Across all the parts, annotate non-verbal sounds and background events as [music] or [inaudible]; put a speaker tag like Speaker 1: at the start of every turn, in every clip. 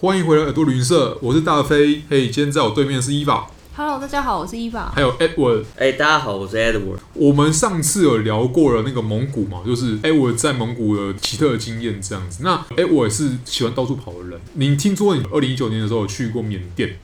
Speaker 1: 欢迎回来耳朵旅行社，我是大飞。嘿，今天在我对面是伊法，
Speaker 2: Hello，大家好，我是伊娃。
Speaker 1: 还有 Edward。
Speaker 3: 哎、大家好，我是 Edward。
Speaker 1: 我们上次有聊过了那个蒙古嘛，就是哎，我在蒙古的奇特的经验这样子。那哎，我也是喜欢到处跑的人。您听说你二零一九年的时候有去过缅甸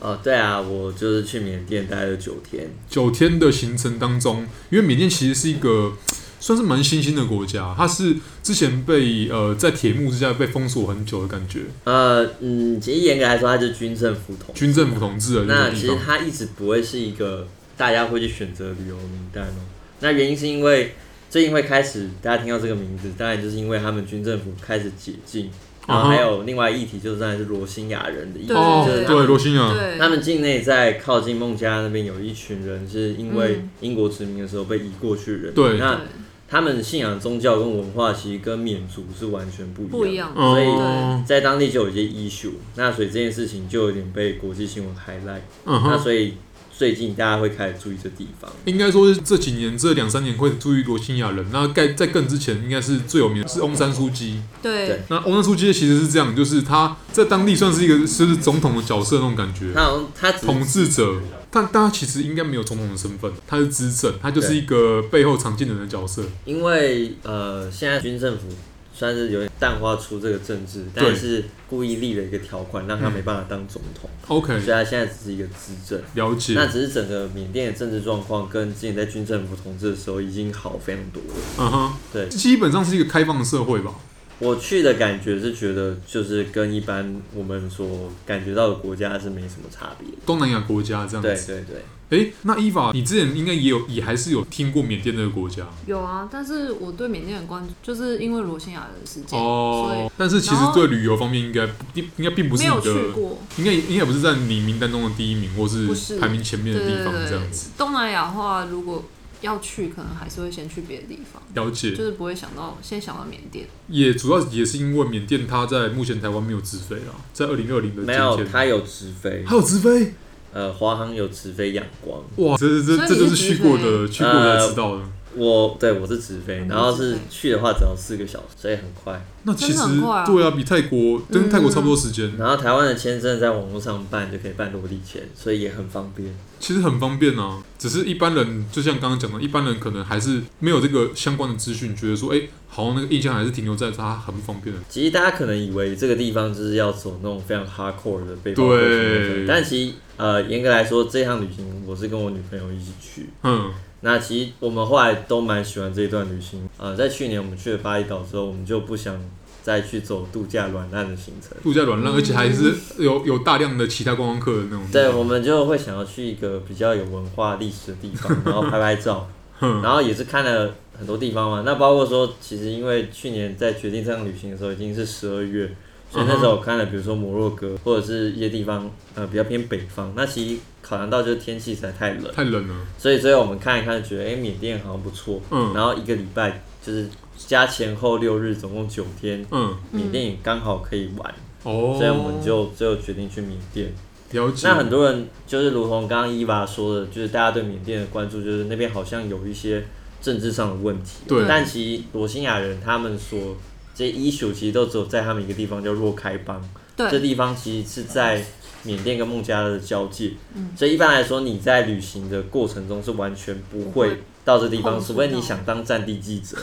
Speaker 3: 哦，对啊，我就是去缅甸待了九天。
Speaker 1: 九天的行程当中，因为缅甸其实是一个算是蛮新兴的国家，它是之前被呃在铁幕之下被封锁很久的感觉，
Speaker 3: 呃，嗯，其实严格来说，它就是军政府统。
Speaker 1: 军政府统治的那
Speaker 3: 那
Speaker 1: 个
Speaker 3: 其
Speaker 1: 地
Speaker 3: 实
Speaker 1: 方。
Speaker 3: 它一直不会是一个大家会去选择旅游名单哦。那原因是因为最近会开始大家听到这个名字，当然就是因为他们军政府开始解禁，然
Speaker 1: 啊哈
Speaker 3: 后还有另外议题就是当然是罗兴亚人的议题，
Speaker 2: 对
Speaker 1: 哦
Speaker 3: 就是，他
Speaker 1: 对，
Speaker 3: 们
Speaker 1: 罗兴亚，
Speaker 2: 对，
Speaker 3: 他们境内在靠近孟加拉那边有一群人是因为
Speaker 2: 嗯
Speaker 3: 英国殖民的时候被移过去的人，
Speaker 1: 对
Speaker 3: 那他们信仰、宗教跟文化其实跟缅族是完全不一样的
Speaker 2: 不一样
Speaker 3: 嗯所以
Speaker 1: 哦，
Speaker 3: 在当地就有一些 issue，那所以这件事情就有点被国际新闻 highlight，、
Speaker 1: 嗯哼
Speaker 3: 那。所以最近大家会开始注意这地方。
Speaker 1: 应该说是这几年这两三年会注意罗兴亚人，那在在更之前应该是最有名的是翁山书记。
Speaker 2: 对
Speaker 3: 对
Speaker 1: 那翁山书记其实是这样，就是他在当地算是一个就是总统的角色那种感觉，
Speaker 3: 那好像他只
Speaker 1: 统治者。但但他其实应该没有总统的身份，他是执政，他就是一个背后常见人的角色。
Speaker 3: 因为呃，现在军政府算是有点淡化出这个政治，
Speaker 1: 对
Speaker 3: 但是故意立了一个条款，让他
Speaker 1: 嗯
Speaker 3: 没办法当总统，所以
Speaker 1: OK，
Speaker 3: 他现在只是一个执政。
Speaker 1: 了
Speaker 3: 那
Speaker 1: 解。
Speaker 3: 只是整个缅甸的政治状况跟之前在军政府统治的时候已经好非常多了。
Speaker 1: 嗯哼，
Speaker 3: 对
Speaker 1: 基本上是一个开放的社会吧。
Speaker 3: 我去的感觉是觉得，就是跟一般我们所感觉到的国家是没什么差别的。
Speaker 1: 东南亚国家这样
Speaker 3: 对
Speaker 1: 子，
Speaker 3: 对对，
Speaker 1: 诶，那伊法，你之前应该也有，也还是有听过缅甸这个国家
Speaker 2: 有啊，但是我对缅甸很关注，就是因为罗兴亚的事件，
Speaker 1: 哦。但是其实
Speaker 2: 然后
Speaker 1: 对旅游方面应该并应该并不
Speaker 2: 所以
Speaker 1: 是你
Speaker 2: 没有
Speaker 1: 的
Speaker 2: 去过。
Speaker 1: 应该应该不是在你名单中的第一名，或是
Speaker 2: 不是
Speaker 1: 排名前面
Speaker 2: 对
Speaker 1: 的地
Speaker 2: 对
Speaker 1: 方
Speaker 2: 对
Speaker 1: 这样
Speaker 2: 对
Speaker 1: 子。，
Speaker 2: 东南亚的话，如果要去，可能还是会先去别的地方，
Speaker 1: 了
Speaker 2: 就
Speaker 1: 解，
Speaker 2: 是不会想到先想到缅甸。
Speaker 1: 也主要也是因为缅甸它在目前台湾没有直飞啊，在二零二零的今
Speaker 3: 没有
Speaker 1: 天，
Speaker 3: 它有直飞，
Speaker 1: 还有直飞，
Speaker 3: 呃，华航有直飞仰光，
Speaker 1: 哇，这这这
Speaker 2: 所
Speaker 1: 这
Speaker 2: 以
Speaker 1: 就
Speaker 2: 你
Speaker 1: 是
Speaker 2: 是
Speaker 1: 去
Speaker 2: 直飞
Speaker 1: 过的，去过的
Speaker 3: 呃
Speaker 1: 才知道的。
Speaker 3: 我对我是直飞，
Speaker 2: 嗯
Speaker 3: 然后
Speaker 2: 直
Speaker 3: 是
Speaker 2: 飞
Speaker 3: 去的话只要四个小时，所以很快。
Speaker 1: 那其
Speaker 2: 真
Speaker 1: 实
Speaker 2: 的很快啊
Speaker 1: 对啊，比泰国跟
Speaker 2: 嗯
Speaker 1: 泰国差不多时间，
Speaker 3: 然后台湾的签证在网络上办就可以办落地签，所以也很方便。
Speaker 1: 其实很方便啊。只是一般人就像刚刚讲的，一般人可能还是没有这个相关的资讯，觉得说，哎、好像那个印象还是停留在它很不方便的。
Speaker 3: 其实大家可能以为这个地方就是要走那种非常 hardcore 的背包
Speaker 1: 对
Speaker 3: 客行程但其实呃，严格来说，这趟旅行我是跟我女朋友一起去。
Speaker 1: 嗯，
Speaker 3: 那其实我们后来都蛮喜欢这一段旅行。呃，在去年我们去了巴厘岛之后，我们就不想再去走度假软烂的行程。
Speaker 1: 度假软烂，而且还是有有大量的其他观光客的那种地方。
Speaker 3: 对，我们就会想要去一个比较有文化历史的地方，然后拍拍
Speaker 1: [laughs]
Speaker 3: 照，然后也是看了很多地方嘛。那包括说，其实因为去年在决定这趟旅行的时候已经是十二月，所以那时候我看了，比如说摩洛哥或者是一些地方，呃，比较偏北方。那其实考量到就是天气实在太冷，
Speaker 1: 太冷了，
Speaker 3: 所以最后我们看一看，觉得哎，缅甸好像不错。
Speaker 1: 嗯
Speaker 3: 然后一个礼拜就是加前后六日，总共九天，
Speaker 1: 嗯，
Speaker 3: 缅甸也刚好可以玩，
Speaker 1: 哦，
Speaker 3: 所以我们就最后决定去缅甸。
Speaker 1: 了解，
Speaker 3: 那很多人就是如同刚刚伊娃说的，就是大家对缅甸的关注，就是那边好像有一些政治上的问题。
Speaker 1: 对
Speaker 3: 但其实罗兴亚人他们所这些 issue 其实都只有在他们一个地方叫若开邦，这
Speaker 2: 对，
Speaker 3: 地方其实是在缅甸跟孟加拉的交界，
Speaker 2: 嗯
Speaker 3: 所以一般来说你在旅行的过程中是完全不
Speaker 2: 不
Speaker 3: 会
Speaker 2: 会
Speaker 3: 到这地方，
Speaker 2: 碰触
Speaker 3: 除非你
Speaker 2: 到
Speaker 3: 想当战地
Speaker 2: [laughs]
Speaker 3: 记者，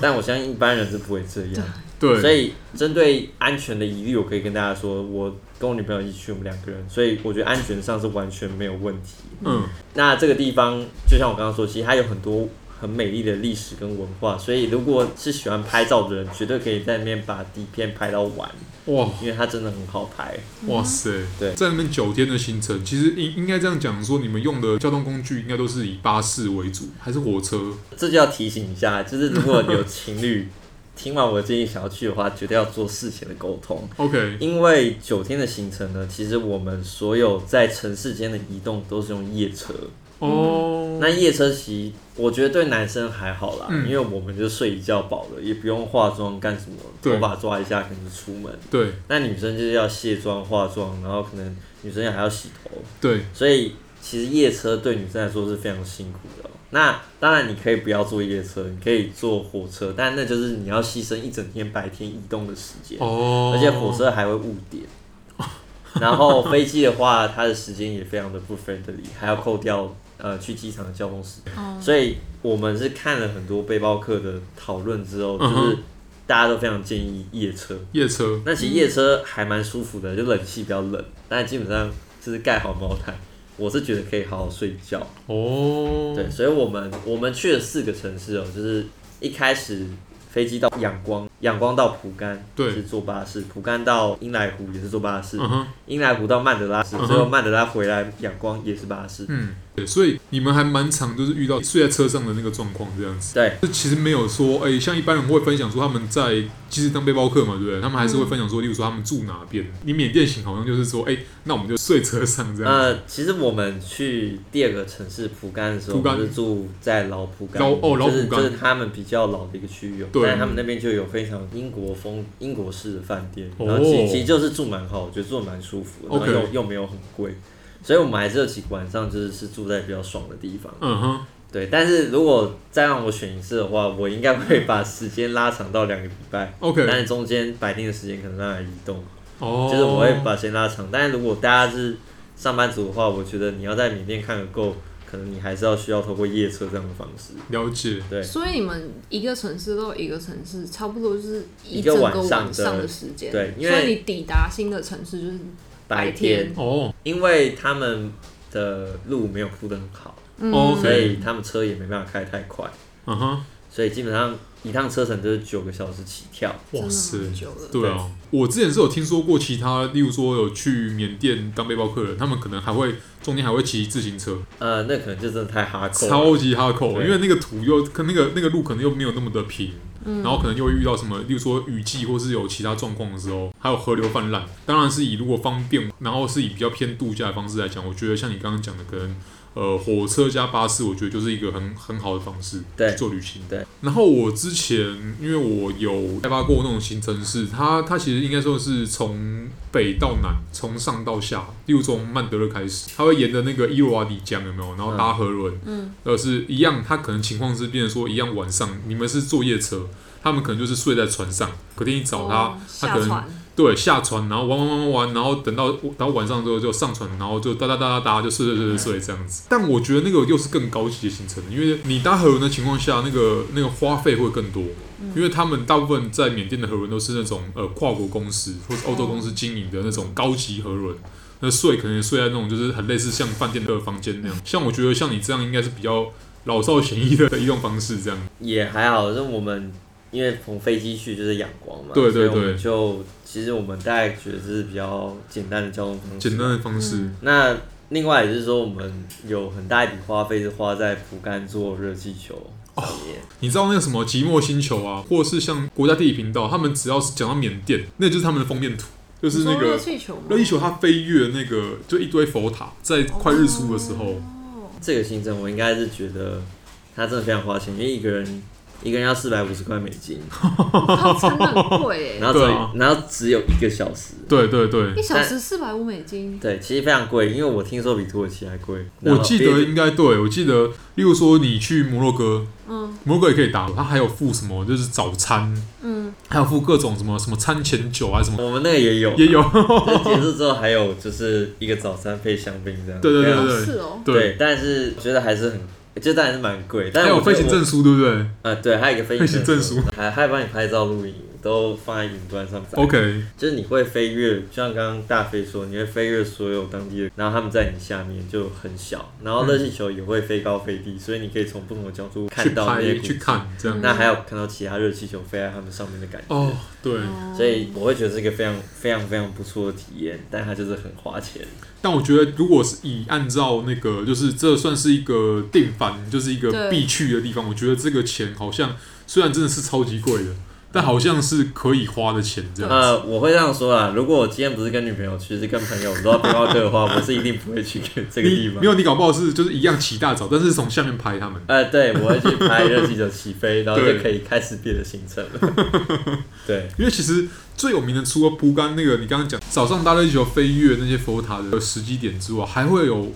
Speaker 3: 但我相信一般人是不会这样。
Speaker 1: 对，
Speaker 3: 所以针对安全的疑虑，我可以跟大家说，我跟我女朋友一起去，我们两个人，所以我觉得安全上是完全没有问题。
Speaker 1: 嗯，
Speaker 3: 那这个地方，就像我刚刚说，其实它有很多很美丽的历史跟文化，所以如果是喜欢拍照的人，绝对可以在那边把底片拍到完，
Speaker 1: 哇
Speaker 3: 因为它真的很好拍。
Speaker 1: 哇塞，
Speaker 3: 对
Speaker 1: 在那边九天的行程，其实应应该这样讲说，你们用的交通工具应该都是以巴士为主，还是火车？
Speaker 3: 这就要提醒一下，就是如果有情侣听完我的建议想要去的话，绝对要做事前的沟通。
Speaker 1: ？OK，
Speaker 3: 因为九天的行程呢，其实我们所有在城市间的移动都是用夜车。
Speaker 1: 哦，
Speaker 3: 那夜车其实我觉得对男生还好啦，
Speaker 1: 嗯
Speaker 3: 因为我们就睡一觉饱了，也不用化妆干什么，
Speaker 1: 对
Speaker 3: 头发抓一下可能就出门。
Speaker 1: 对
Speaker 3: 那女生就是要卸妆化妆，然后可能女生还要洗头，
Speaker 1: 对，
Speaker 3: 所以其实夜车对女生来说是非常辛苦的哦、那当然你可以不要坐夜车，你可以坐火车，但那就是你要牺牲一整天白天移动的时间，
Speaker 1: 哦，
Speaker 3: 而且火车还会误点。然后飞机的话，它的时间也非常的不 friendly，还要扣掉呃去机场的交通时间。
Speaker 2: 哦，
Speaker 3: 所以我们是看了很多背包客的讨论之后，就
Speaker 1: 嗯哼
Speaker 3: 是大家都非常建议夜车。
Speaker 1: 夜车
Speaker 3: 那其实夜车还蛮舒服的，就冷气比较冷，但基本上就是盖好毛毯，我是觉得可以好好睡觉。
Speaker 1: 哦，
Speaker 3: 对，所以我们我们去了四个城市哦，就是一开始飞机到仰光，仰光到蒲甘，
Speaker 1: 对
Speaker 3: 是坐巴士；蒲甘到英来湖也是坐巴士，
Speaker 1: 嗯哼，
Speaker 3: 英来湖到曼德拉是，
Speaker 1: 嗯哼
Speaker 3: 最后曼德拉回来仰光也是巴士。
Speaker 1: 嗯，对，所以你们还蛮常就是遇到睡在车上的那个状况这样子。
Speaker 3: 对，
Speaker 1: 就其实没有说，哎、像一般人会分享说他们在其实当背包客嘛，对不对？他们还是
Speaker 3: 嗯
Speaker 1: 会分享说，例如说他们住哪边。你缅甸行好像就是说，哎、那我们就睡车上这样子。
Speaker 3: 呃，其实我们去第二个城市蒲甘的时候，
Speaker 1: 蒲甘
Speaker 3: 我们是住在老蒲甘，
Speaker 1: 老哦老
Speaker 3: 就是
Speaker 1: 蒲甘
Speaker 3: 就是他们比较老的一个区域哦，
Speaker 1: 对
Speaker 3: 但是他们那边就有非常英国风、英国式的饭店，
Speaker 1: 哦
Speaker 3: 然后其其实就是住蛮好，我觉得住得蛮舒服，然后
Speaker 1: OK
Speaker 3: 又又没有很贵，所以我们还是有几个晚上就是是住在比较爽的地方。
Speaker 1: 嗯哼，
Speaker 3: 对，但是如果再让我选一次的话，我应该会把时间拉长到两个礼拜。
Speaker 1: OK
Speaker 3: 但是中间白天的时间可能让它移动。
Speaker 1: 哦，
Speaker 3: 就是我会把时间拉长。但是如果大家是上班族的话，我觉得你要在缅甸看个够，可能你还是要需要透过夜车这样的方式。
Speaker 1: 了解。
Speaker 3: 对，
Speaker 2: 所以你们一个城市到一个城市，差不多就是
Speaker 3: 一个
Speaker 2: 整
Speaker 3: 晚
Speaker 2: 个
Speaker 3: 上的
Speaker 2: 晚上的时间。
Speaker 3: 对因为
Speaker 2: 所以你抵达新的城市就是
Speaker 3: 白
Speaker 2: 天
Speaker 3: 天，
Speaker 1: 哦，
Speaker 3: 因为他们的路没有铺得很好，
Speaker 2: 嗯
Speaker 1: 哦
Speaker 3: 所以他们车也没办法开太快，
Speaker 1: 嗯哼，
Speaker 3: 所以基本上一趟车程就是九个小时起跳。
Speaker 1: 哇塞
Speaker 2: 真的。很久了。
Speaker 1: 对啊，我之前是有听说过其他，例如说有去缅甸当背包客的人，他们可能还会中间还会骑自行车，
Speaker 3: 呃，那可能就真的太哈扣。
Speaker 1: 超级哈口，
Speaker 3: 对
Speaker 1: 因为那个土又可那个那个路可能又没有那么的平，
Speaker 3: 嗯
Speaker 1: 然后可能又会遇到什么，例如说雨季或是有其他状况的时候，还有河流泛滥。当然是以如果方便，然后是以比较偏度假的方式来讲，我觉得像你刚刚讲的，可能呃火车加巴士，我觉得就是一个很很好的方式
Speaker 3: 对
Speaker 1: 去做旅行。
Speaker 3: 对。
Speaker 1: 然后我之前因为我有开发过那种行程是，它它其实应该说是从北到南，从上到下，例如从曼德勒开始，它会沿着那个伊洛瓦底江有没有，然后搭河轮。呃，是一样，他可能情况是变成说一样，晚上你们是坐夜车，他们可能就是睡在船上，隔天一早他、
Speaker 2: 哦
Speaker 1: 他
Speaker 2: 下
Speaker 1: 可能
Speaker 2: 船，
Speaker 1: 对下船，然后玩玩玩玩玩，然后等到到晚上之后就上船，然后就哒哒哒哒哒就睡睡睡睡睡这样子。但我觉得那个又是更高级的行程，因为你搭河轮的情况下，那个那个花费会更多。因为他们大部分在缅甸的河轮都是那种呃跨国公司或是欧洲公司经营的那种高级河轮，那睡可能睡在那种就是很类似像饭店的房间那样。像我觉得像你这样应该是比较老少咸宜的移动方式，这样
Speaker 3: 也还好，就是我们因为从飞机去就是仰光嘛，
Speaker 1: 对对
Speaker 3: 所以我们
Speaker 1: 对
Speaker 3: 就其实我们大概觉得这是比较简单的交通方式，
Speaker 1: 简单的方式。
Speaker 3: 那另外也就是说，我们有很大一笔花费是花在蒲甘做热气球上面。
Speaker 1: 你知道那个什么《寂寞星球》啊，或是像国家地理频道，他们只要是讲到缅甸，那就是他们的封面图，就是那
Speaker 2: 你说热
Speaker 1: 个
Speaker 2: 气球吗？
Speaker 1: 热气球它飞越那个就一堆佛塔，在快日出的时候，
Speaker 2: 嗯
Speaker 3: 这个行程我应该是觉得它真的非常花钱，因为一个人一个人要四百五十块美金，
Speaker 2: 哦，真的很贵
Speaker 1: [laughs]
Speaker 3: 然
Speaker 2: 哎，
Speaker 3: 后只有、
Speaker 1: 对啊
Speaker 3: 然后只有一个小时。
Speaker 1: 对对对
Speaker 2: 一，小时四百五美金，
Speaker 3: 对，其实非常贵，因为我听说比土耳其还贵。然
Speaker 1: 我
Speaker 3: 后
Speaker 1: 记
Speaker 3: 别
Speaker 1: 得应该对，我记得，例如说你去摩洛哥，
Speaker 2: 嗯
Speaker 1: 摩洛哥也可以打，它还有附什么，就是早餐，
Speaker 2: 嗯，
Speaker 1: 还有附各种什么什么餐前酒啊什么，
Speaker 3: 我们那个也有，
Speaker 1: 也有，
Speaker 3: 就结束之后还有就是一个早餐配香槟这样。
Speaker 1: 对对对
Speaker 3: 非常
Speaker 1: 对
Speaker 2: 是哦，
Speaker 1: 对，
Speaker 3: 但是我觉得还是很，就当然是蛮贵，但
Speaker 1: 还
Speaker 3: 是
Speaker 1: 有
Speaker 3: 我觉
Speaker 1: 飞
Speaker 3: 得
Speaker 1: 行
Speaker 3: 我
Speaker 1: 证书，对不对
Speaker 3: 啊，对，还有一个飞
Speaker 1: 飞行证书，
Speaker 3: 还还帮你拍照录影，都放在云端上载。
Speaker 1: ？OK，
Speaker 3: 就是你会飞越，就像刚刚大飞说，你会飞越所有当地的，然后他们在你下面就很小，然后热气球也会飞高飞低，所以你可以从不同的角度
Speaker 1: 嗯去
Speaker 3: 看到那些
Speaker 1: 拍
Speaker 3: 古
Speaker 1: 去
Speaker 3: 迹。
Speaker 1: 看这样，
Speaker 3: 那还有看到其他热气球飞在他们上面的感觉，
Speaker 1: 哦，对。
Speaker 3: 所以我会觉得是一个非常非常非常不错的体验，但它就是很花钱。
Speaker 1: 但我觉得，如果是以按照那个，就是这算是一个定番，就是一个
Speaker 2: 对
Speaker 1: 必去的地方。我觉得这个钱好像虽然真的是超级贵的，但好像是可以花的钱这样。
Speaker 3: 呃，我会这样说啦，如果我今天不是跟女朋友去，是跟朋友，如果背包客的话，我是一定不会去这个地
Speaker 1: 你
Speaker 3: 方
Speaker 1: 没。有，你搞不好是就是一样起大早，但是从下面拍他们。
Speaker 3: 呃，对，我会去拍热气球起飞，然后
Speaker 1: 对
Speaker 3: 就可以开始别的行程了。
Speaker 1: [laughs]
Speaker 3: 对，
Speaker 1: 因为其实最有名的，除了蒲甘那个你刚刚讲早上搭热气球飞越那些佛塔的时机点之外，还会有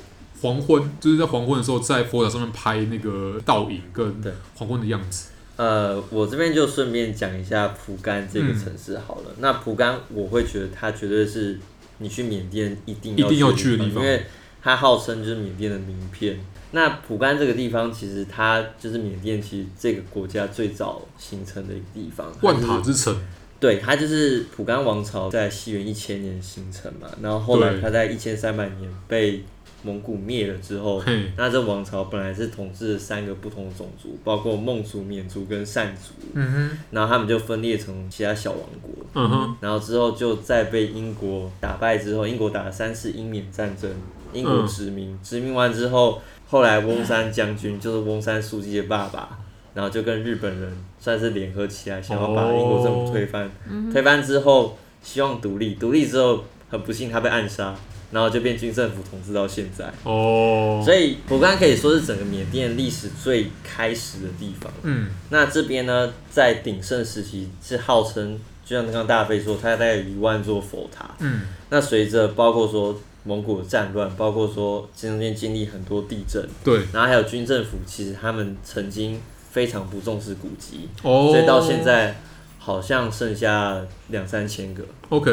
Speaker 1: 黄昏，就是在黄昏的时候在佛塔上面拍那个倒影跟
Speaker 3: 对
Speaker 1: 黄昏的样子。
Speaker 3: 呃，我这边就顺便讲一下蒲甘这个城市好了。那蒲甘，我会觉得它绝对是你去缅甸一定
Speaker 1: 一定要去的
Speaker 3: 的
Speaker 1: 地方
Speaker 3: 因为它号称就是缅甸的名片。那蒲甘这个地方，其实它就是缅甸其实这个国家最早形成的一个地方。它
Speaker 1: 万
Speaker 3: 就是
Speaker 1: 塔之城，
Speaker 3: 对，它就是蒲甘王朝在西元一千年形成嘛，然后后来
Speaker 1: 对
Speaker 3: 它在一千三百年被蒙古灭了之后
Speaker 1: 嘿，
Speaker 3: 那这王朝本来是统治了三个不同的种族，包括孟族、缅族跟善族，
Speaker 1: 嗯
Speaker 3: 然后他们就分裂成其他小王国，
Speaker 1: 哼，嗯哼，
Speaker 3: 然后之后就在被英国打败之后，英国打了三次英缅战争，英国
Speaker 1: 嗯
Speaker 3: 殖民，殖民完之后，后来翁山将军就是翁山书记的爸爸，然后就跟日本人算是联合起来，想要把
Speaker 1: 哦
Speaker 3: 英国政府推翻，推翻之后希望独立，独立之后很不幸他被暗杀，然后就变军政府统治到现在。
Speaker 1: 哦，
Speaker 3: 所以蒲甘可以说是整个缅甸历史最开始的地方。
Speaker 1: 嗯，
Speaker 3: 那这边呢，在鼎盛时期是号称，就像刚刚大飞说，它大概有一万座佛塔。
Speaker 1: 嗯，
Speaker 3: 那随着包括说蒙古的战乱，包括说中间经历很多地震，
Speaker 1: 对，
Speaker 3: 然后还有军政府，其实他们曾经非常不重视古籍，
Speaker 1: 哦，
Speaker 3: 所以到现在好像剩下两三千个。
Speaker 1: ，OK，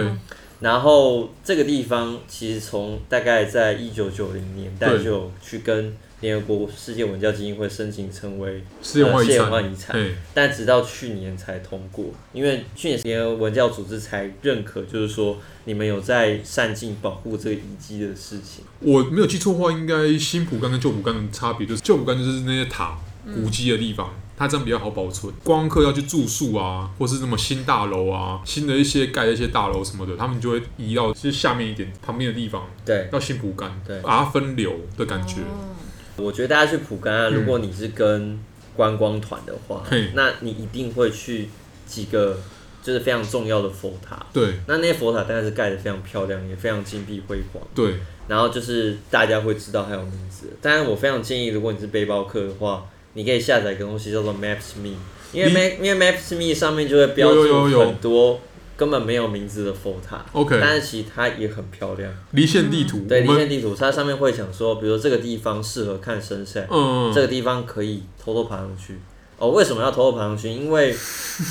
Speaker 3: 然后这个地方其实从大概在一九九零年代
Speaker 1: 对
Speaker 3: 就有去跟联合国世界文教基金会申请成为
Speaker 1: 世界文化
Speaker 3: 呃
Speaker 1: 遗
Speaker 3: 世界文
Speaker 1: 产，
Speaker 3: 化遗产，
Speaker 1: 嘿，
Speaker 3: 但直到去年才通过，因为去年联合文教组织才认可，就是说你们有在善尽保护这个遗迹的事情。
Speaker 1: 我没有记错的话，应该新浦干跟旧浦干的差别就是，旧浦干就是那些塔
Speaker 3: 嗯
Speaker 1: 古迹的地方，它这样比较好保存。观光客要去住宿啊，或是什么新大楼啊、新的一些盖的一些大楼什么的，他们就会移到就是下面一点旁边的地方，
Speaker 3: 对，
Speaker 1: 到新浦干，
Speaker 3: 对
Speaker 1: 把它分流的感觉。
Speaker 2: 哦
Speaker 3: 我觉得大家去蒲甘啊，如果你是跟观光团的话，
Speaker 1: 嘿
Speaker 3: 那你一定会去几个就是非常重要的佛塔。
Speaker 1: 对
Speaker 3: 那那些佛塔当然是盖得非常漂亮，也非常金碧辉煌。
Speaker 1: 对，
Speaker 3: 然后就是大家会知道它有名字。当然，我非常建议，如果你是背包客的话，你可以下载一个东西叫做 Maps Me，因为
Speaker 1: 你
Speaker 3: Map 因为 Maps Me 上面就会标
Speaker 1: 有有有
Speaker 3: 注
Speaker 1: 有
Speaker 3: 很多根本没有名字的佛塔。
Speaker 1: OK
Speaker 3: 但是其实它也很漂亮。
Speaker 1: 离线地图，
Speaker 3: 嗯对，离
Speaker 1: 我
Speaker 3: 线
Speaker 1: 们
Speaker 3: 地图它上面会讲说，比如说这个地方适合看 sunset，、
Speaker 1: 嗯
Speaker 3: 这个地方可以偷偷爬上去。哦，为什么要偷偷爬上去？因
Speaker 1: [laughs]
Speaker 3: 为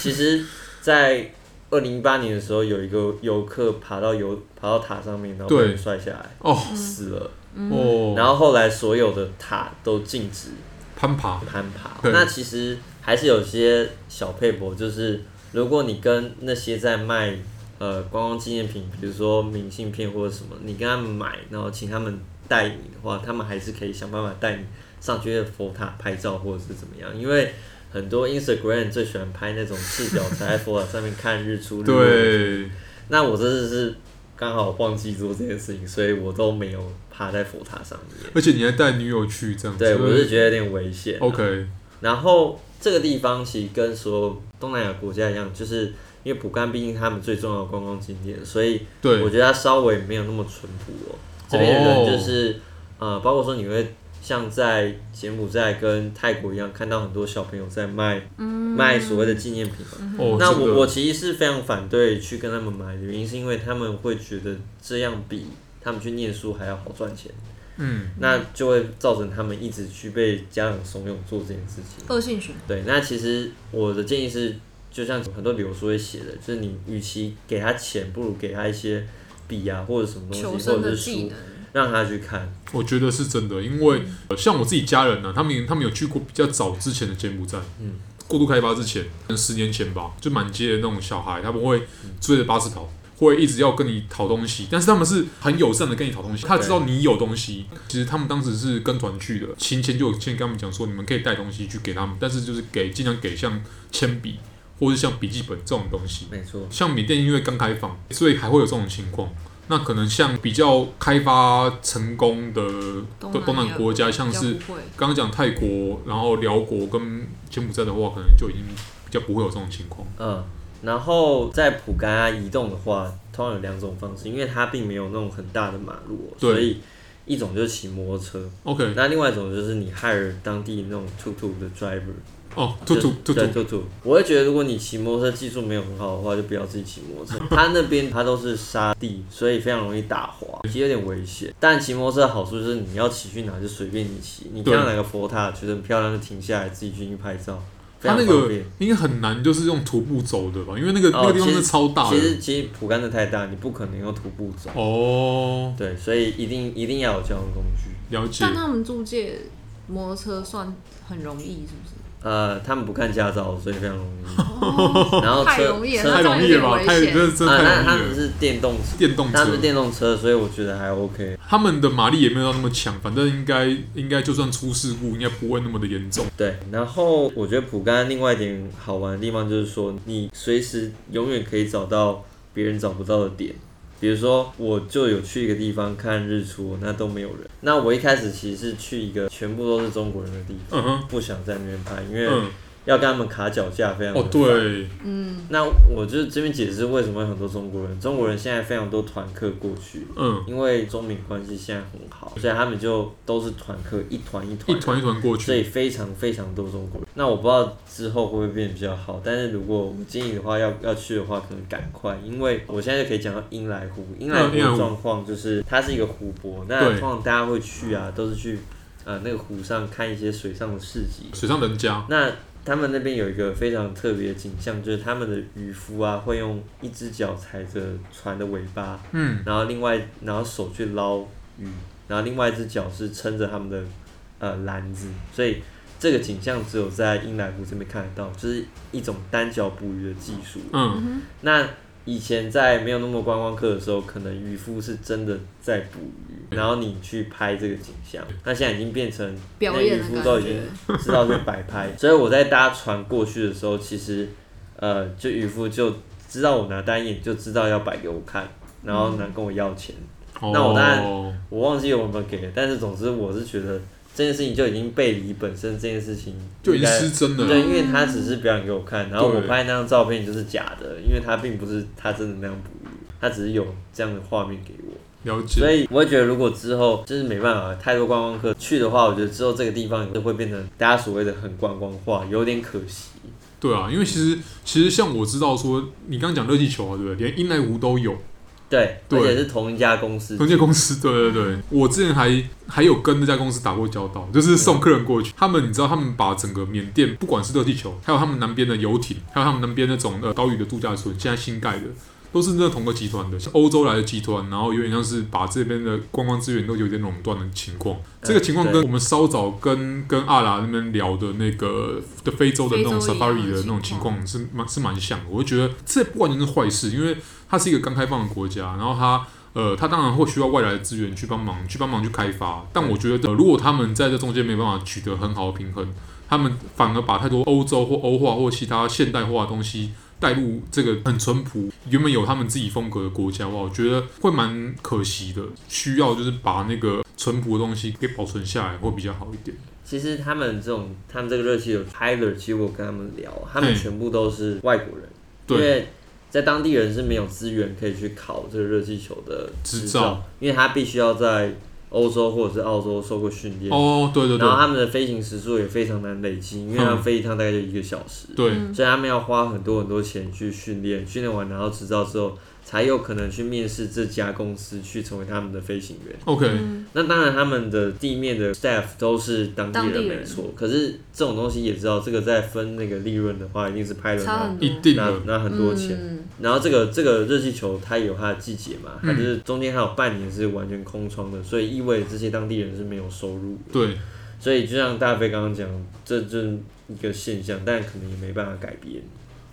Speaker 3: 其实，在二零一八年的时候，有一个游客爬到游爬到塔上面，然后被
Speaker 1: 对
Speaker 3: 人摔下来，
Speaker 1: 哦
Speaker 3: 死了。
Speaker 1: 哦，
Speaker 3: 然后后来所有的塔都禁止
Speaker 1: 攀爬，
Speaker 3: 攀爬。
Speaker 1: 啊对
Speaker 3: 那其实还是有些小配博，就是如果你跟那些在卖呃观光纪念品，比如说明信片或者什么，你跟他们买，然后请他们带你的话，他们还是可以想办法带你上去佛塔拍照或者是怎么样，因为。很多 Instagram 最喜欢拍那种赤脚踩
Speaker 1: [laughs]
Speaker 3: 在佛塔上面看日出日落，
Speaker 1: 对，
Speaker 3: 那我真的是刚好忘记做这件事情，所以我都没有爬在佛塔上面。
Speaker 1: 而且你还带女友去这样子，
Speaker 3: 对，我是觉啊得有点危险。
Speaker 1: OK，
Speaker 3: 然后这个地方其实跟所有东南亚国家一样，就是因为蒲甘毕竟他们最重要的观光景点，所以我
Speaker 1: 对，
Speaker 3: 觉得它稍微没有那么淳朴哦。这边的人就是、呃，包括说你会像在柬埔寨跟泰国一样，看到很多小朋友在卖、卖所谓的纪念品嘛。
Speaker 1: 哦，
Speaker 3: 那
Speaker 1: 这个
Speaker 3: 我我其实是非常反对去跟他们买的原因，是因为他们会觉得这样比他们去念书还要好赚钱，
Speaker 1: 嗯，
Speaker 3: 那就会造成他们一直去被家长怂恿做这件事情。
Speaker 2: 恶性循环。
Speaker 3: 对，那其实我的建议是，就像很多旅游书会写的，就是你与其给他钱，不如给他一些笔啊或者什么
Speaker 2: 求
Speaker 3: 东西，或
Speaker 2: 生
Speaker 3: 者
Speaker 2: 的
Speaker 3: 是
Speaker 2: 技
Speaker 3: 书，
Speaker 2: 能，
Speaker 3: 让他去看。
Speaker 1: 我觉得是真的，因为呃像我自己家人呢、他们他们有去过比较早之前的柬埔寨，
Speaker 3: 嗯，
Speaker 1: 过度开发之前，十年前吧，就满街的那种小孩，他们会
Speaker 3: 嗯
Speaker 1: 追着巴士跑。会一直要跟你讨东西，但是他们是很友善的跟你讨东西，他知道你有东西。其实他们当时是跟团去的，行前就有先跟他们讲说，你们可以带东西去给他们，但是就是给尽量给像铅笔或是像笔记本这种东西。
Speaker 3: 没错，
Speaker 1: 像缅甸因为刚开放，所以还会有这种情况。那可能像比较开发成功的东
Speaker 2: 东
Speaker 1: 东
Speaker 2: 南
Speaker 1: 南
Speaker 2: 亚
Speaker 1: 国家，像
Speaker 2: 比较
Speaker 1: 是
Speaker 2: 不会
Speaker 1: 刚刚讲泰国，然后辽国跟柬埔寨的话，可能就已经比较不会有这种情况。
Speaker 3: 嗯。然后在普甘啊移动的话，通常有两种方式，因为它并没有那种很大的马路哦，
Speaker 1: 对
Speaker 3: 所以一种就是骑摩托车，
Speaker 1: OK，
Speaker 3: 那另外一种就是你 hire 当地那种 tuk tuk 的 driver，
Speaker 1: 哦，兔兔兔兔
Speaker 3: 对，兔兔。我会觉得，如果你骑摩托车技术没有很好的话，就不要自己骑
Speaker 1: [laughs]
Speaker 3: 摩托车。它那边它都是沙地，所以非常容易打滑，其实有点危险。但骑摩托车的好处就是你要骑去哪就随便你骑，你
Speaker 1: 对
Speaker 3: 看到哪个佛塔觉得很漂亮就停下来自己进去拍照，非
Speaker 1: 它
Speaker 3: 常
Speaker 1: 那
Speaker 3: 方
Speaker 1: 个
Speaker 3: 便。
Speaker 1: 应该很难，就是用徒步走的吧？因为那个、
Speaker 3: 哦
Speaker 1: 那个地方
Speaker 3: 其
Speaker 1: 是
Speaker 3: 实
Speaker 1: 超大
Speaker 3: 其
Speaker 1: 的。
Speaker 3: 实其实普甘的太大，你不可能用徒步走。
Speaker 1: 哦，
Speaker 3: 对，所以一定一定要有交通工具。
Speaker 1: 了解
Speaker 2: 但。他们租借摩托车算很容易，是不是？
Speaker 3: 呃，他们不看驾照，所以非常容易。
Speaker 2: 哦， [laughs]
Speaker 3: 然后
Speaker 2: 太
Speaker 3: 车
Speaker 2: 容易了
Speaker 3: 车
Speaker 1: 太容易了吧？
Speaker 2: 这样
Speaker 1: 太
Speaker 2: 有点危险
Speaker 1: 这真的
Speaker 3: 啊，
Speaker 1: 太
Speaker 3: 那他
Speaker 1: 容
Speaker 3: 们
Speaker 1: 易了。
Speaker 3: 是电动车，
Speaker 1: 电动
Speaker 3: 他们
Speaker 1: 车
Speaker 3: 是，电动车，所以我觉得还 OK。
Speaker 1: 他们的马力也没有到那么强，反正应该应该就算出事故，应该不会那么的严重。
Speaker 3: 对，然后我觉得普甘另外一点好玩的地方就是说，你随时永远可以找到别人找不到的点。比如说，我就有去一个地方看日出，那都没有人。那我一开始其实是去一个全部都是中国人的地方，
Speaker 1: 嗯哼，
Speaker 3: 不想在那边拍，因为
Speaker 1: 嗯，
Speaker 3: 要跟他们卡脚架，非常
Speaker 1: 哦
Speaker 3: 麻烦
Speaker 1: 对，
Speaker 2: 嗯，
Speaker 3: 那我就这边解释为什么有很多中国人，中国人现在非常多团客过去，
Speaker 1: 嗯，
Speaker 3: 因为中美关系现在很好，所以他们就都是团客，一团一
Speaker 1: 一
Speaker 3: 团，
Speaker 1: 团一团过
Speaker 3: 所
Speaker 1: 去。
Speaker 3: 以非常非常多中国人。那我不知道之后会不会变得比较好，但是如果我建议的话，要要去的话，可能赶快，因为我现在就可以讲到英莱湖，英莱湖
Speaker 1: 嗯英莱湖
Speaker 3: 的状况就是它是一个湖泊，那
Speaker 1: 对
Speaker 3: 通常大家会去啊，都是去呃那个湖上看一些水上的市集，
Speaker 1: 水上人家，
Speaker 3: 那他们那边有一个非常特别的景象，就是他们的渔夫啊，会用一只脚踩着船的尾巴，
Speaker 1: 嗯，
Speaker 3: 然后另外然后手去捞鱼，然后另外一只脚是撑着他们的呃篮子，所以这个景象只有在英莱湖这边看得到，就是一种单脚捕鱼的技术。
Speaker 1: 嗯，
Speaker 2: 嗯
Speaker 3: 那以前在没有那么观光客的时候，可能渔夫是真的在捕鱼，然后你去拍这个景象。那现在已经变成
Speaker 2: 哼
Speaker 3: 那
Speaker 2: 表演
Speaker 3: 渔
Speaker 2: 的
Speaker 3: 夫
Speaker 2: 感
Speaker 3: 都已经
Speaker 2: 觉，
Speaker 3: 知道去摆拍，所以我在搭船过去的时候，其实呃，就渔夫就知道我拿单眼，就知道要摆给我看，然
Speaker 2: 嗯
Speaker 3: 后拿跟我要钱。那我当然
Speaker 1: 哦，
Speaker 3: 我忘记我们给了，但是总之我是觉得这件事情就已经背离本身这件事情
Speaker 1: 就已
Speaker 3: 应
Speaker 1: 经
Speaker 3: 该
Speaker 1: 失真了
Speaker 3: 对，
Speaker 1: 啦。
Speaker 3: 因为他只是表演给我看，然后
Speaker 1: 对
Speaker 3: 我拍那张照片就是假的，因为他并不是他真的那样捕鱼，他只是有这样的画面给我。
Speaker 1: 了解。
Speaker 3: 所以我会觉得，如果之后就是没办法，太多观光客去的话，我觉得之后这个地方也会变成大家所谓的很观光化，有点可惜。
Speaker 1: 对啊，因为其实其实像我知道说，你刚刚讲热气球啊，对不对？连英莱湖都有。
Speaker 3: 对，
Speaker 1: 对
Speaker 3: 而且是同一家公司
Speaker 1: 中。介公司，对对对，我之前还还有跟那家公司打过交道，就是送客人过去，他们你知道，他们把整个缅甸，不管是热气球，还有他们南边的游艇，还有他们南边那种呃岛屿的度假村，现在新盖的。都是那同个集团的，像欧洲来的集团，然后有点像是把这边的观光资源都有点垄断的情况。这个情况跟
Speaker 3: 对
Speaker 1: 我们稍早跟跟阿拉那边聊的那个的非洲的那种
Speaker 2: 非洲一啊
Speaker 1: safari
Speaker 2: 样的
Speaker 1: 的那种情
Speaker 2: 情
Speaker 1: 况
Speaker 2: 况
Speaker 1: 是蛮是蛮像的。我就觉得这不完全是坏事，因为它是一个刚开放的国家，然后它呃，他当然会需要外来的资源去帮忙，去帮忙去开发。但我觉得，呃如果他们在这中间没办法取得很好的平衡，他们反而把太多欧洲或欧化或其他现代化的东西带入这个很淳朴、原本有他们自己风格的国家的话，我觉得会蛮可惜的。需要就是把那个淳朴的东西给保存下来，会比较好一点。
Speaker 3: 其实他们这种，他们这个热气球 Tyler，其实我跟他们聊，他们
Speaker 1: 嗯
Speaker 3: 全部都是外国人，因
Speaker 1: 对，
Speaker 3: 为在当地人是没有资源可以去考这个热气球的
Speaker 1: 执
Speaker 3: 执
Speaker 1: 照
Speaker 3: 照，因为他必须要在欧洲或者是澳洲受过训练，
Speaker 1: 哦，对对嗯
Speaker 3: 然后
Speaker 1: 对
Speaker 3: 他们的飞行时速也非常难累积，因为他们飞一趟大概就一个小时，
Speaker 1: 对，
Speaker 2: 嗯
Speaker 3: 所以他们要花很多很多钱去训练，训练完拿到执照之后，才有可能去面试这家公司去成为他们的飞行员。
Speaker 1: ，OK，
Speaker 2: 嗯，
Speaker 3: 那当然，他们的地面的 staff 都是当地
Speaker 2: 当
Speaker 3: 人
Speaker 2: 地人
Speaker 3: 没错，可是这种东西也知道，这个在分那个利润的话，一定是拍了
Speaker 2: 差
Speaker 3: 拿
Speaker 2: 很多，
Speaker 1: 一定
Speaker 3: 拿
Speaker 1: 的，
Speaker 3: 拿很多钱。
Speaker 2: 嗯
Speaker 3: 然后这个这个热气球它也有它的季节嘛，它
Speaker 1: 嗯
Speaker 3: 就是中间还有半年是完全空窗的，所以意味着这些当地人是没有收入的。
Speaker 1: 对，
Speaker 3: 所以就像大飞刚刚讲，这就是一个现象，但可能也没办法改变。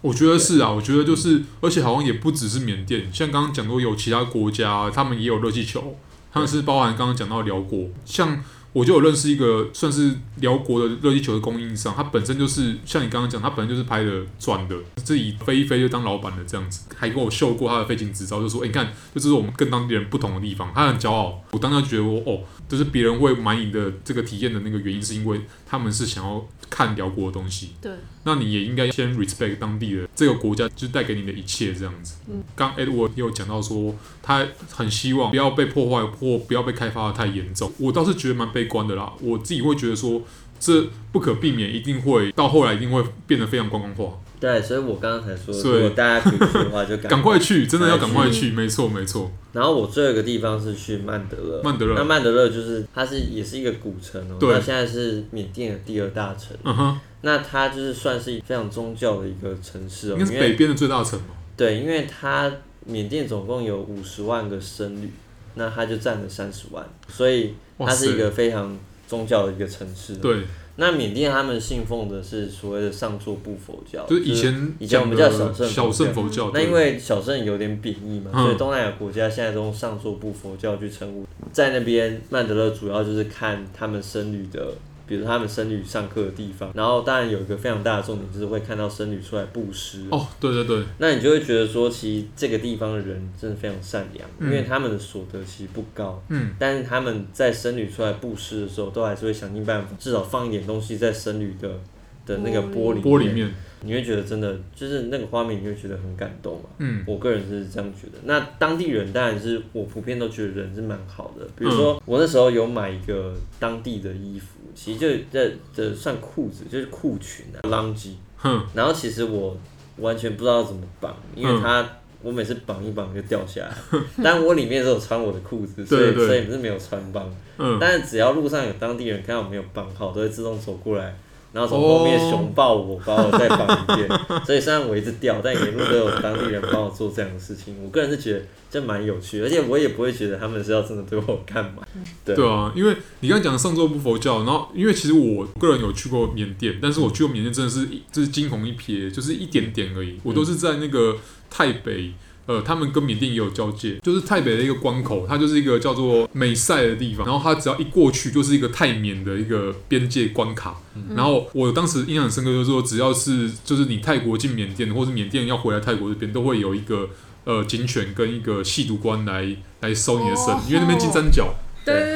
Speaker 1: 我觉得是啊，我觉得就是，而且好像也不只是缅甸，像刚刚讲过有其他国家，他们也有热气球，他们是包含刚刚讲到辽国，像我就有认识一个算是辽国的热气球的供应商，他本身就是像你刚刚讲，他本身就是拍的赚的，自己飞一飞就当老板的这样子，还给我秀过他的飞行执照，就说、诶你看，这就是我们跟当地人不同的地方，他很骄傲。我当时觉得我哦，就是别人会买你的这个体验的那个原因，是因为他们是想要看辽国的东西，
Speaker 2: 对，
Speaker 1: 那你也应该先 respect 当地的这个国家，就是带给你的一切这样子。
Speaker 2: 嗯，
Speaker 1: 刚 Edward 也有讲到说，他很希望不要被破坏或不要被开发的太严重。我倒是觉得蛮悲观的啦，我自己会觉得说，这不可避免，一定会到后来一定会变得非常观光化。
Speaker 3: 对，所以我刚刚才说，
Speaker 1: 所以
Speaker 3: 如果大家可以去的话，
Speaker 1: [laughs]
Speaker 3: 就赶
Speaker 1: 赶快去，真的要赶快
Speaker 2: 去
Speaker 1: 去，没错没错。
Speaker 3: 然后我最后一个地方是去曼德勒，
Speaker 1: 曼德勒
Speaker 3: 那曼德勒就是它是也是一个古城哦，
Speaker 1: 对
Speaker 3: 那现在是缅甸的第二大城，
Speaker 1: 嗯哼，
Speaker 3: 那它就是算是非常宗教的一个城市哦，
Speaker 1: 应该是
Speaker 3: 因
Speaker 1: 北
Speaker 3: 为
Speaker 1: 边的最大城嘛。
Speaker 3: 对，因为它缅甸总共有五十万个僧侣，那它就占了三十万，所以
Speaker 1: 哇
Speaker 3: 它
Speaker 1: 塞
Speaker 3: 是一个非常宗教的一个城市。，
Speaker 1: 对，
Speaker 3: 那缅甸他们信奉的是所谓的上座部佛教，
Speaker 1: 就是以前
Speaker 3: 以前我
Speaker 1: 讲
Speaker 3: 们
Speaker 1: 的
Speaker 3: 叫小圣
Speaker 1: 小
Speaker 3: 佛
Speaker 1: 圣
Speaker 3: 教
Speaker 1: 佛教。
Speaker 3: 那
Speaker 1: 对
Speaker 3: 因为小圣有点贬义嘛，
Speaker 1: 嗯
Speaker 3: 所以东南亚国家现在都用上座部佛教去称呼。在那边曼德勒主要就是看他们僧侣的，比如他们僧侣上课的地方，然后当然有一个非常大的重点就是会看到僧侣出来布施。
Speaker 1: 哦，对对对，
Speaker 3: 那你就会觉得说，其实这个地方的人真的非常善良，
Speaker 1: 嗯
Speaker 3: 因为他们的所得其实不高，
Speaker 1: 嗯，
Speaker 3: 但是他们在僧侣出来布施的时候，都还是会想尽办法，至少放一点东西在僧侣的的那个玻璃
Speaker 1: 玻璃，面，
Speaker 3: 你会觉得真的就是那个画面，你会觉得很感动嘛。
Speaker 1: 嗯
Speaker 3: 我个人是这样觉得。那当地人当然是我普遍都觉得人是蛮好的，比如说我那时候有买一个当地的衣服，其实就这这算裤子，就是裤裙啊 l o n g
Speaker 1: 哼，
Speaker 3: 然后其实我完全不知道怎么绑，因
Speaker 1: 嗯
Speaker 3: 为它、我每次绑一绑就掉下来，
Speaker 1: [laughs]
Speaker 3: 但我里面是有穿我的裤子，所
Speaker 1: 对
Speaker 3: 以
Speaker 1: 对
Speaker 3: 所以是没有穿帮。
Speaker 1: 嗯，
Speaker 3: 但是只要路上有当地人看到我没有绑好，都会自动走过来，然后从后面熊抱我，把我再绑一
Speaker 1: 哦
Speaker 3: 遍。 [laughs] 所以虽然我一直掉，但沿路都有当地人帮我做这样的事情。我个人是觉得这蛮有趣，而且我也不会觉得他们是要真的对我干嘛。对
Speaker 1: 对啊，因为你刚刚讲上周不佛教，然后因为其实我个人有去过缅甸，但是我去过缅甸真的是一就是惊鸿一瞥，就是一点点而已。我都是在那个泰北，呃，他们跟缅甸也有交界，就是泰北的一个关口，它就是一个叫做美塞的地方，然后它只要一过去就是一个泰缅的一个边界关卡。然后我当时印象很深刻，就是说只要是就是你泰国进缅甸，或是缅甸要回来泰国这边，都会有一个。呃，警犬跟一个缉毒官来来搜你的身，因为那边金三角，
Speaker 2: 对对对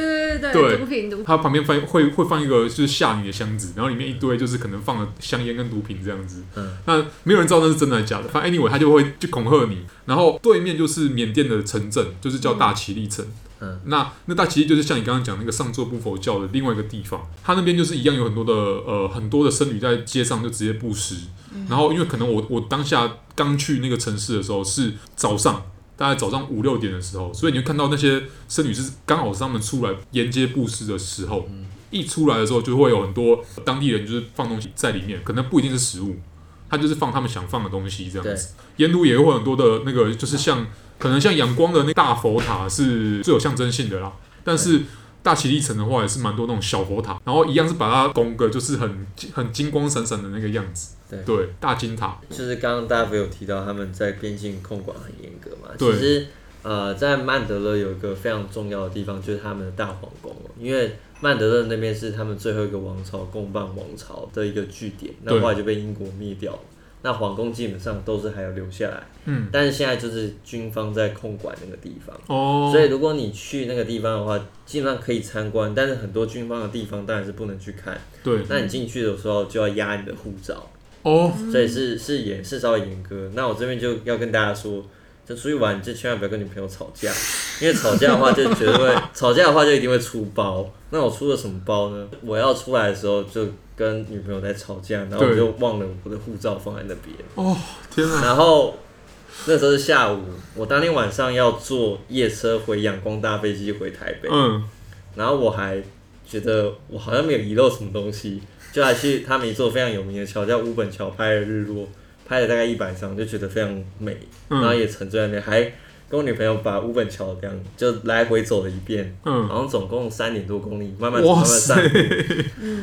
Speaker 1: 对
Speaker 2: 对对，毒品毒品，
Speaker 1: 它旁边放会会放一个就是吓你的箱子，然后里面一堆就是可能放了香烟跟毒品这样子。
Speaker 3: 嗯，
Speaker 1: 那没有人知道那是真的还是假的，反正 anyway 他就会去恐吓你。然后对面就是缅甸的城镇，就是叫大其力城。
Speaker 3: 嗯，
Speaker 1: 那那大其力就是像你刚刚讲那个上座部佛教的另外一个地方，它那边就是一样有很多的呃很多的僧侣在街上就直接布施。然后因为可能我我当下刚去那个城市的时候是早上。大概早上五六点的时候，所以你会看到那些僧侣是刚好是他们出来沿街布施的时候，一出来的时候就会有很多当地人就是放东西在里面，可能不一定是食物，他就是放他们想放的东西这样子。沿途也会有很多的那个，就是像可能像仰光的那大佛塔是最有象征性的啦，但是。大其力城的话也是蛮多那种小佛塔，然后一样是把它拱个就是很很金光闪闪的那个样子，
Speaker 3: 对
Speaker 1: 对，大金塔，
Speaker 3: 就是刚刚大飞有提到他们在边境控管很严格嘛，
Speaker 1: 对
Speaker 3: 其实呃，在曼德勒有一个非常重要的地方，就是他们的大皇宫哦，因为曼德勒那边是他们最后一个王朝贡棒王朝的一个据点，那
Speaker 1: 对
Speaker 3: 后来就被英国灭掉了。那皇宫基本上都是还有留下来，
Speaker 1: 嗯，
Speaker 3: 但是现在就是军方在控管那个地方，
Speaker 1: 哦，
Speaker 3: 所以如果你去那个地方的话，基本上可以参观，但是很多军方的地方当然是不能去看。
Speaker 1: 对，
Speaker 3: 那你进去的时候就要压你的护照，
Speaker 1: 哦，
Speaker 3: 所以是是严是稍微严格。那我这边就要跟大家说，就出去玩你就千万不要跟女朋友吵架，因为吵架的话就绝对会吵架的话就一定会出包。那我出了什么包呢？我要出来的时候就跟女朋友在吵架，然后我
Speaker 1: 对
Speaker 3: 就忘了我的护照放在那边，
Speaker 1: 哦，天啊，
Speaker 3: 然后。那时候是下午，我当天晚上要坐夜车回仰光大飞机回台北，
Speaker 1: 嗯，
Speaker 3: 然后我还觉得我好像没有遗漏什么东西，就还去他们一座非常有名的桥叫乌本桥拍了日落，拍了大概一百张，就觉得非常美，
Speaker 1: 嗯
Speaker 3: 然后也沉醉在那边，还跟我女朋友把乌本桥这样就来回走了一遍，
Speaker 1: 嗯
Speaker 3: 好像总共三点多公里，慢慢走
Speaker 1: 哇
Speaker 3: 慢慢上
Speaker 1: 塞，，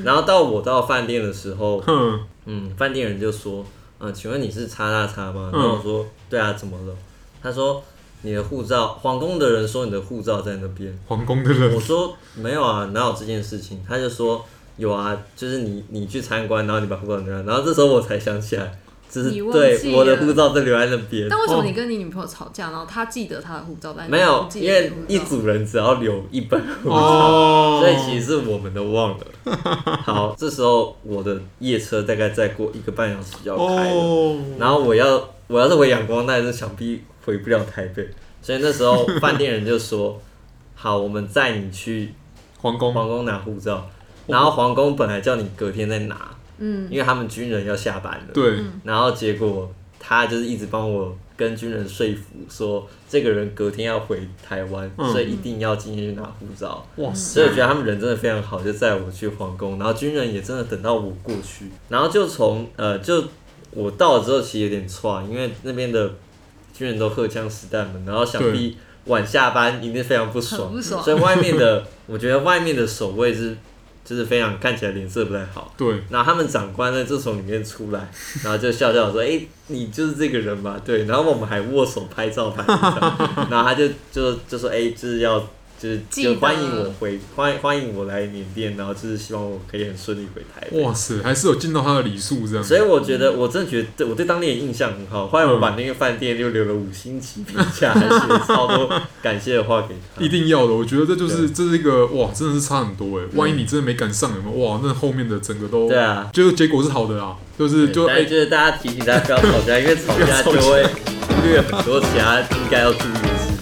Speaker 3: 然后到我到饭店的时候，
Speaker 1: 哼，
Speaker 3: 嗯，饭店人就说，嗯、请问你是叉叉叉吗？
Speaker 1: 嗯
Speaker 3: 然后我说，对啊，怎么了？他说。你的护照，皇宫的人说你的护照在那边，
Speaker 1: 皇宫的人
Speaker 3: [laughs] 我，说没有啊，哪有这件事情？他就说有啊，就是你你去参观，然后你把护照拿，然后这时候我才想起来，就是
Speaker 2: 你忘记
Speaker 3: 对我的
Speaker 2: 了
Speaker 3: 护照就留在那边。
Speaker 2: 但为什么
Speaker 1: 哦
Speaker 2: 你跟你女朋友吵架，然后她记得她的护照，但
Speaker 3: 没
Speaker 2: 你
Speaker 3: 有
Speaker 2: 不，记
Speaker 3: 因
Speaker 2: 得你
Speaker 3: 为
Speaker 2: 的护照
Speaker 3: 一组人只要留一本护照，
Speaker 1: 哦，
Speaker 3: 所以其实是我们都忘了。好，这时候我的夜车大概再过一个半小时就要开了，
Speaker 1: 哦，
Speaker 3: 然后我要我要是回阳光，那就想必回不了台北，所以那时候饭店人就说：“好，我们载你去
Speaker 1: 皇宫
Speaker 3: 皇宫拿护
Speaker 1: 哦
Speaker 3: 照。”然后皇宫本来叫你隔天再拿，
Speaker 2: 嗯，
Speaker 3: 因为他们军人要下班了。
Speaker 1: 对，
Speaker 3: 然后结果他就是一直帮我跟军人说服，说这个人隔天要回台湾，
Speaker 1: 嗯
Speaker 3: 所以一定要今天去拿护照。
Speaker 1: 哇
Speaker 3: 所以我
Speaker 1: 塞，
Speaker 3: 觉得他们人真的非常好，就载我去皇宫，然后军人也真的等到我过去，然后就从呃，就我到了之后其实有点错，啊因为那边的军人都荷枪实弹嘛，然后想必晚下班一定非常不爽，
Speaker 2: 很不爽
Speaker 3: 所以外面的我觉得外面的守卫是就是非常看起来脸色不太好。
Speaker 1: 对，
Speaker 3: 然后他们长官呢就从里面出来，然后就笑笑说：“哎、你就是这个人吧？”对，然后我们还握手拍照拍
Speaker 1: [laughs]
Speaker 3: 照，然后他就就就说：“哎、就是要就是
Speaker 2: 记
Speaker 3: 就
Speaker 2: 得
Speaker 3: 欢迎我回欢欢迎我来缅甸，然后就是希望我可以很顺利回台北。”
Speaker 1: 哇塞，还是有进到他的礼数这样，
Speaker 3: 所以我觉得，我真的觉得我对当地的印象很好。后来我
Speaker 1: 嗯
Speaker 3: 把那个饭店就留了五星级评价，还写了超多感谢的话给他。
Speaker 1: [laughs] 一定要的，我觉得这就是这是一个哇，真的是差很多哎。万一你真的没赶上，有没有哇？那后面的整个都
Speaker 3: 对啊，
Speaker 1: 就是结果是好的啦，就是
Speaker 3: 对
Speaker 1: 就
Speaker 3: 但是
Speaker 1: 哎 [laughs]
Speaker 3: 就是大家提醒大家不要吵架，因为吵架就会忽略很多其他应该要注意的事情。